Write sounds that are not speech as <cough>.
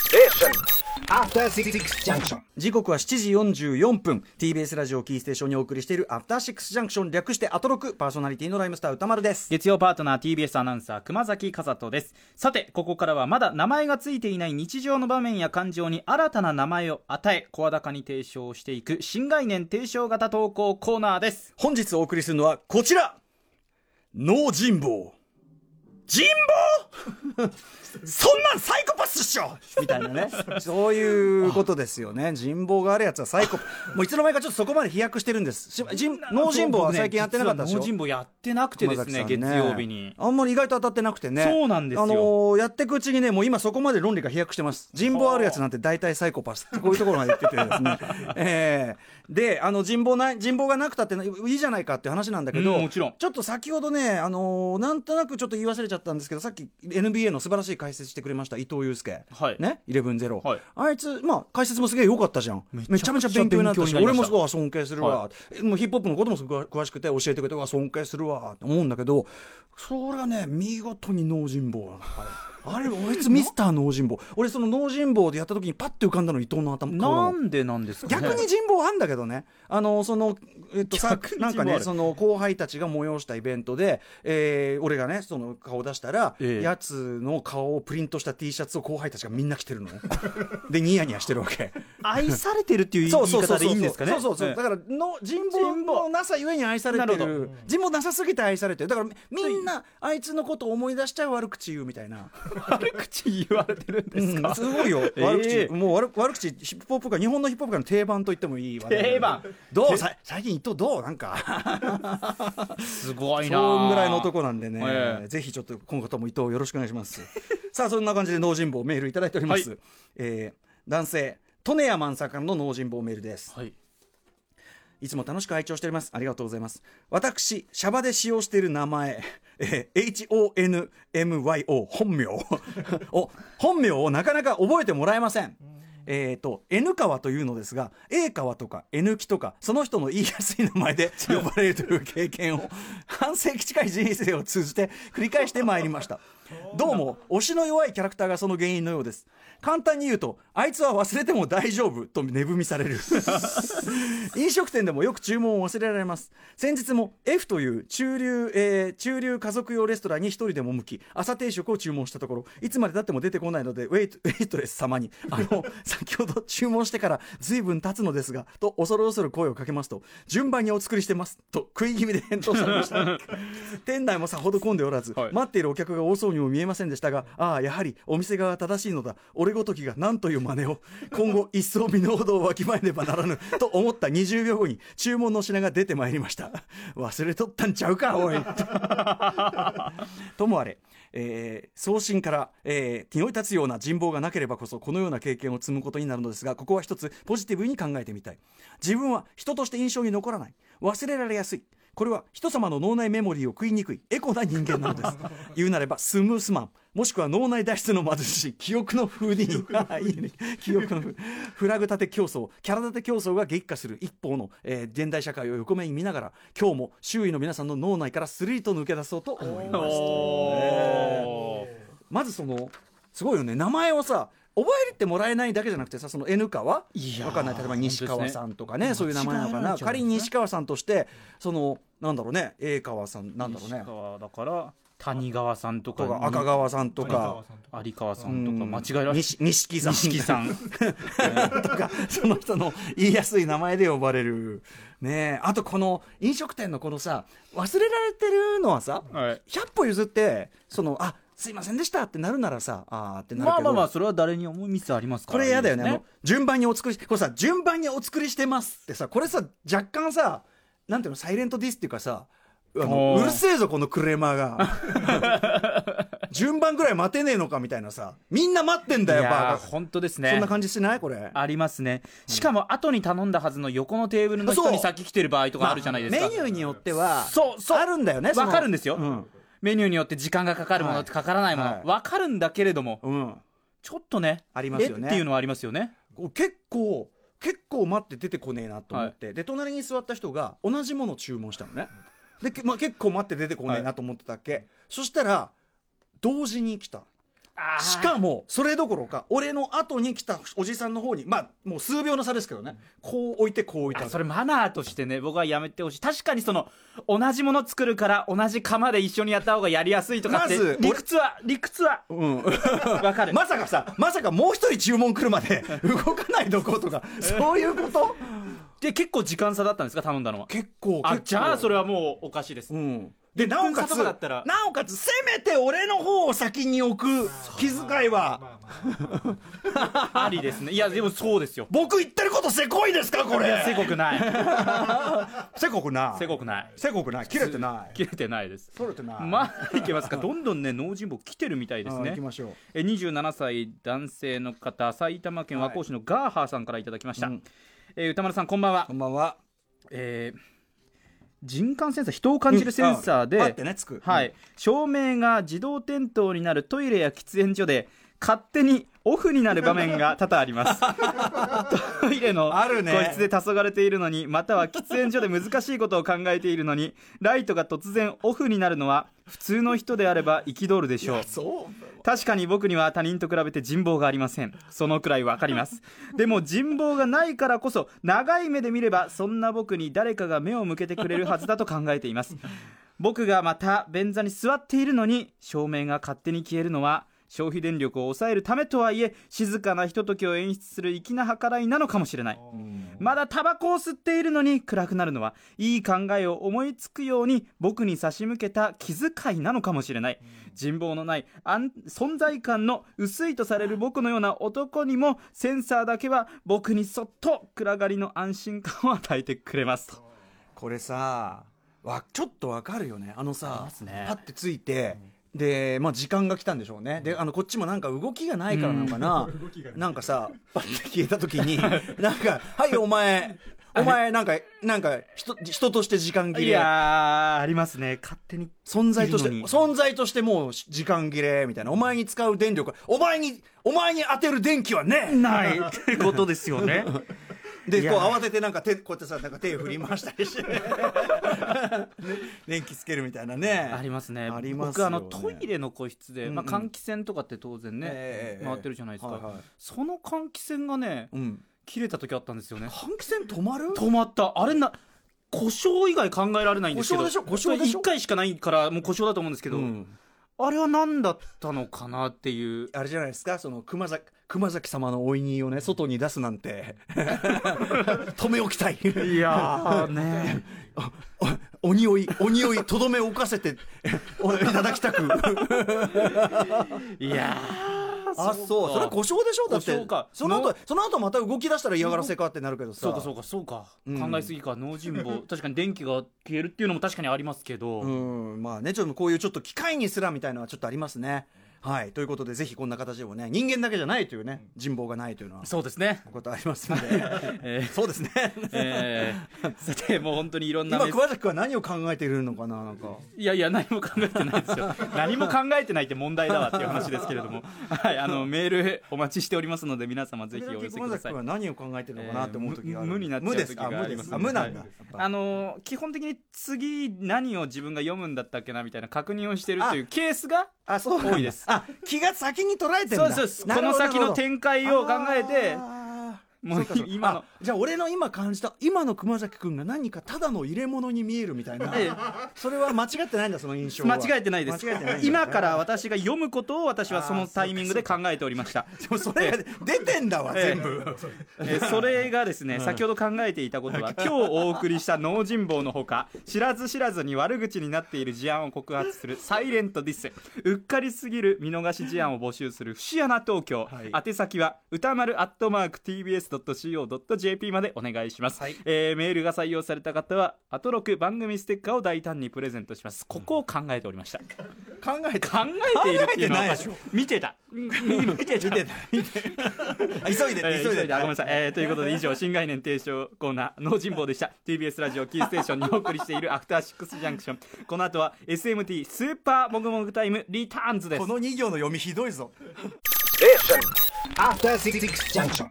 Station. 時刻は7時44分 TBS ラジオキーステーションにお送りしている「アフターシックスジャンクション」略して「アトロク」パーソナリティのライムスター歌丸です月曜パートナー TBS アナウンサー熊崎和人ですさてここからはまだ名前がついていない日常の場面や感情に新たな名前を与え声高に提唱していく新概念提唱型投稿コーナーです本日お送りするのはこちら脳人坊人坊 <laughs> そんなんサイコパスっしょみたいなね <laughs> そういうことですよね人望があるやつはサイコもういつの間にかちょっとそこまで飛躍してるんですし人脳人坊は最近やってなかったでしょ脳人坊やってなくてですね熊崎月さん曜日にあんまり意外と当たってなくてねそうなんですよあのーやっていくうちにねもう今そこまで論理が飛躍してます人望あるやつなんて大体サイコパスってこういうところまで言っててですね、 <laughs> えーであの人望ない人望がなくたっていいじゃないかっていう話なんだけど、うんもちろんちょっと先ほどね、あのーなんとなくちょっと言い忘れちゃったんですけどさっき NBA の素晴らしい解説してくれました伊藤祐介、はいね11-0、はいあいつまあ解説もすげえ良かったじゃんめちゃめちゃめちゃ勉強になったし勉強にな俺りもましすたごい尊敬するわ、もうヒップホップのこともすごい詳しくて教えてくれてうわ尊敬するわと思うんだけどそれはね見事に脳人坊なのあれあれあいつミスター脳人坊俺その脳人坊でやった時にパッて浮かんだの伊藤の頭顔ななのんでなんですかね逆に人望あんだけどね、あのそのえっとさ逆に人望なんかあねるその後輩たちが催したイベントで、えー俺がねその顔出したら、ええやつの顔をプリントした T シャツを後輩たちがみんな着てるのねでニヤニヤしてるわけ。愛されてるっていう言い方でいいんですかねそうそうそう、ええだからの人望人望のなさゆえに愛されてなるほる人望なさすぎて愛されてるだからみんなあいつのことを思い出しちゃう悪口言うみたいな悪口言われてるんですか、うんすごいよ、 <laughs> ええ悪口もう悪悪口ヒップホップ界日本のヒップホップ界の定番と言ってもいい話題 <laughs> 定番どうさ最近伊藤どうなんかすごいなそんぐらいの男なんでね、ええぜひちょっと今後とも伊藤よろしくお願いします <laughs> さあそんな感じで脳人坊メールいただいております、はえー男性トネヤマンさんからの脳人坊メールですはいいつも楽しく拝聴しております。ありがとうございます。私、シャバで使用している名前、えー HONMYO、本名 <laughs> を、本名をなかなか覚えてもらえません。えー、と N 川というのですが A 川とか N 木とかその人の言いやすい名前 <laughs> で呼ばれるという経験を半世紀近い人生を通じて繰り返してまいりましたどうも推しの弱いキャラクターがその原因のようです簡単に言うとあいつは忘れても大丈夫と <laughs> 寝踏みされる飲食店でもよく注文を忘れられます先日も F という中流、えー中流家族用レストランに一人でも向き朝定食を注文したところいつまでたっても出てこないのでウェイトウェイトレス様にあの先ほど注文してから随分経つのですがと恐る恐る声をかけますと順番にお作りしてますと食い気味で返答されました <laughs> 店内もさほど混んでおらず、はい待っているお客が多そうにも見えませんでしたがああやはりお店側は正しいのだ俺ごときが何という真似を今後一層身の程をわきまえねばならぬと思った20秒後に注文の品が出てまいりました忘れとったんちゃうかおいともあれ、えー送信から、えー匂い立つような人望がなければこそこのような経験を積むことになるのですがここは一つポジティブに考えてみたい自分は人として印象に残らない忘れられやすいこれは人様の脳内メモリーを食いにくいエコな人間なのです <laughs> 言うなればスムースマンもしくは脳内脱出の貧しい記憶の風にあいいね <laughs> 記憶の風フラグ立て競争キャラ立て競争が激化する一方の、えー現代社会を横目に見ながら今日も周囲の皆さんの脳内からスリーと抜け出そうと思いますおーまずそのすごいよね名前をさ覚えてもらえないだけじゃなくてさその N 川いやーわかんない例えば西川さんとかねそういう名前なのか間違えらなれちゃうんですね仮に西川さんとしてそのなんだろうね A 川さんなんだろうね西川だから谷川さんとかとか赤川さんとか有川さんとか間違えられ西錦さん錦さんとかその人の言いやすい名前で呼ばれるねえあとこの飲食店のこのさ忘れられてる <laughs> のはさ、はい100歩譲ってそのあすいませんでしたってなるならさあーってなるけどまあまあまあそれは誰に思いミスありますかこられ嫌だよねいいあでの順番にお作りしこれさ順番にお作りしてますってさこれさ若干さなんていうのサイレントディスっていうかさあのおーうるせえぞこのクレーマーが <laughs> 順番ぐらい待てねえのかみたいなさみんな待ってんすねだよいやバーカ本当ですそんねな感じしないこれありますねしかも後に頼んだはずの横のテーブルの人そにう先来てる場合とかあるじゃないですまかあメニューによってはそうそうあるんだよねそのわかるんですようんメニューによって時間がかかるもはのいかからないもはのいわかるんだけれどもうんちょっとねありますよねえっていうのはありますよねこう結構結構待って出てこねえなと思って、で隣に座った人が同じものを注文したのねで、けまあ、結構待って出てこねえなと思ってたっけ、そしたら同時に来たあーしかもそれどころか俺の後に来たおじさんの方にまあもう数秒の差ですけどねこう置いてこう置いてああるそれマナーとしてね僕はやめてほしい確かにその同じもの作るから同じ釜で一緒にやった方がやりやすいとかってまず理屈は理屈はうん、わかる、まさかさまさかもう一人注文来るまで動かないどことかそういうことで結構時間差だったんですか頼んだのは結構あ結構じゃあそれはもうおかしいです、うんでなおかつ差とかだったらなおかつせめて俺の方を先に置く気遣いはまあまありですねいやでもそうですよ僕言ってることせこいですかこれ <laughs> せこくないせこくないせこくないせこくない切れてない切れてないですそれてないまあいけますかどんどんね農人坊来てるみたいですうん行ねきましょうえ27歳男性の方埼玉県和光市のガーハーさんからいただきました、うんえー歌丸さんこんばんはこんばんはえー人感センサー人を感じるセンサーで、うんあパッてねつくはい、照明が自動点灯になるトイレや喫煙所で勝手にオフになる場面が多々あ <laughs> りますトイレのあるね個室で黄昏ているのにまたは喫煙所で難しいことを考えているのにライトが突然オフになるのは普通の人であれば憤るでしょうそう確かに僕には他人と比べて人望がありませんそのくらいわかりますでも人望がないからこそ長い目で見ればそんな僕に誰かが目を向けてくれるはずだと考えています僕がまた便座に座っているのに照明が勝手に消えるのは消費電力を抑えるためとはいえ静かなひとときを演出する粋な計らいなのかもしれないまだタバコを吸っているのに暗くなるのはいい考えを思いつくように僕に差し向けた気遣いなのかもしれない人望のない安存在感の薄いとされる僕のような男にもセンサーだけは僕にそっと暗がりの安心感を与えてくれますとこれさわちょっとわかるよねあのさすねパッてついて、で、まあ、時間が来たんでしょうね、であのこっちもなんか動きがないからなのかな、動きがな <laughs> いなんかさパッて消えた時 <laughs> になんか「はいお前お前なんかなんか人人として時間切いれ」やーありますね勝手に存在としているのに存在としてもう時間切れみたいなお前に使う電力はお前にお前に当てる電気はねないってことですよねいでやこう慌ててなんか手こうやってさなんか手振り回したりして、 <laughs> ね、電気つけるみたいなね <laughs> ありますねありますよね僕あのトイレの個室で、まあ、うんうん換気扇とかって当然ね、ええ回ってるじゃないですか、はいはいその換気扇がねうん切れた時あったんですよね換気扇止まる止まったあれな故障以外考えられないんですけど故障でしょ故障でしょ1回しかないからもう故障だと思うんですけど、うんあれは何だったのかなっていうあれじゃないですかその熊崎熊崎様のおいにをね外に出すなん <laughs> て止め置きたいいやー <laughs> ねおにおいおにおいとどめを置かせておいただきた <laughs> くいやーあそうそれは故障でしょだって故障かその後その後また動き出したら嫌がらせかってなるけどさそうかそうかそうか、うん考えすぎか脳人 <laughs> 坊確かに電気が消えるっていうのも確かにありますけど、うんまあねちょっとこういうちょっと機械にすらみたいなのはちょっとありますねはいということでぜひこんな形でもね人間だけじゃないというね人望がないというのはそうですね、ことありますんでえーそうです <laughs> ねえ <laughs> ー、さてもう本当にいろんな今メッセージ桑田君は何を考えているのかななんかいやいや、何も考えてない <laughs> ですよ。何も考えてないって問題だわっていう話ですけれ <laughs> ども。はい、あの、メールお待ちしておりますので、皆様ぜひお寄せ熊くだ崎さい君は。何を考えてるのかなって思う時がある、えー無無になっちゃう無です時がありますあ無ですあ無なんだ、はいあのー基本的に次何を自分が読むんだったっけなみたいな確認をしてるっていうケースがあそうなんだ多いですあ気が先に捉えてるんだそうですそうですなこるほのど先の展開を考えてあーもうそかそか今のあじゃあ俺の今感じた今の熊崎君が何かただの入れ物に見えるみたいなええそれは間違ってないんだその印象は間違えてないです間違えてないんだ今から私が読むことを私はそのタイミングで考えておりましたでもそれが出てんだわ、ええ全部えーそれがですね、先ほど考えていたことは、今日お送りした脳人坊のほか、知らず知らずに悪口になっている事案を告発するサイレントディス、うっかりすぎる見逃し事案を募集する節穴東京、はい宛先は歌丸アットマーク tbs.co.jp までお願いします、はいえーメールが採用された方は、アトロク番組ステッカーを大胆にプレゼントします。ここを考えておりました。考えて考えているっていうのはおか考えてないでしいしょ見てた。 <laughs> 見出てた。てない <laughs> 急いでえー急急いいでで、あごめんなさい、えーということで以上新概念提唱コーナー脳人坊でした TBS ラジオキーステーションにお送りしているアフターシックスジャンクションこの後は SMT スーパーもぐもぐタイムリターンズですこの2行の読みひどいぞ After Six Junction.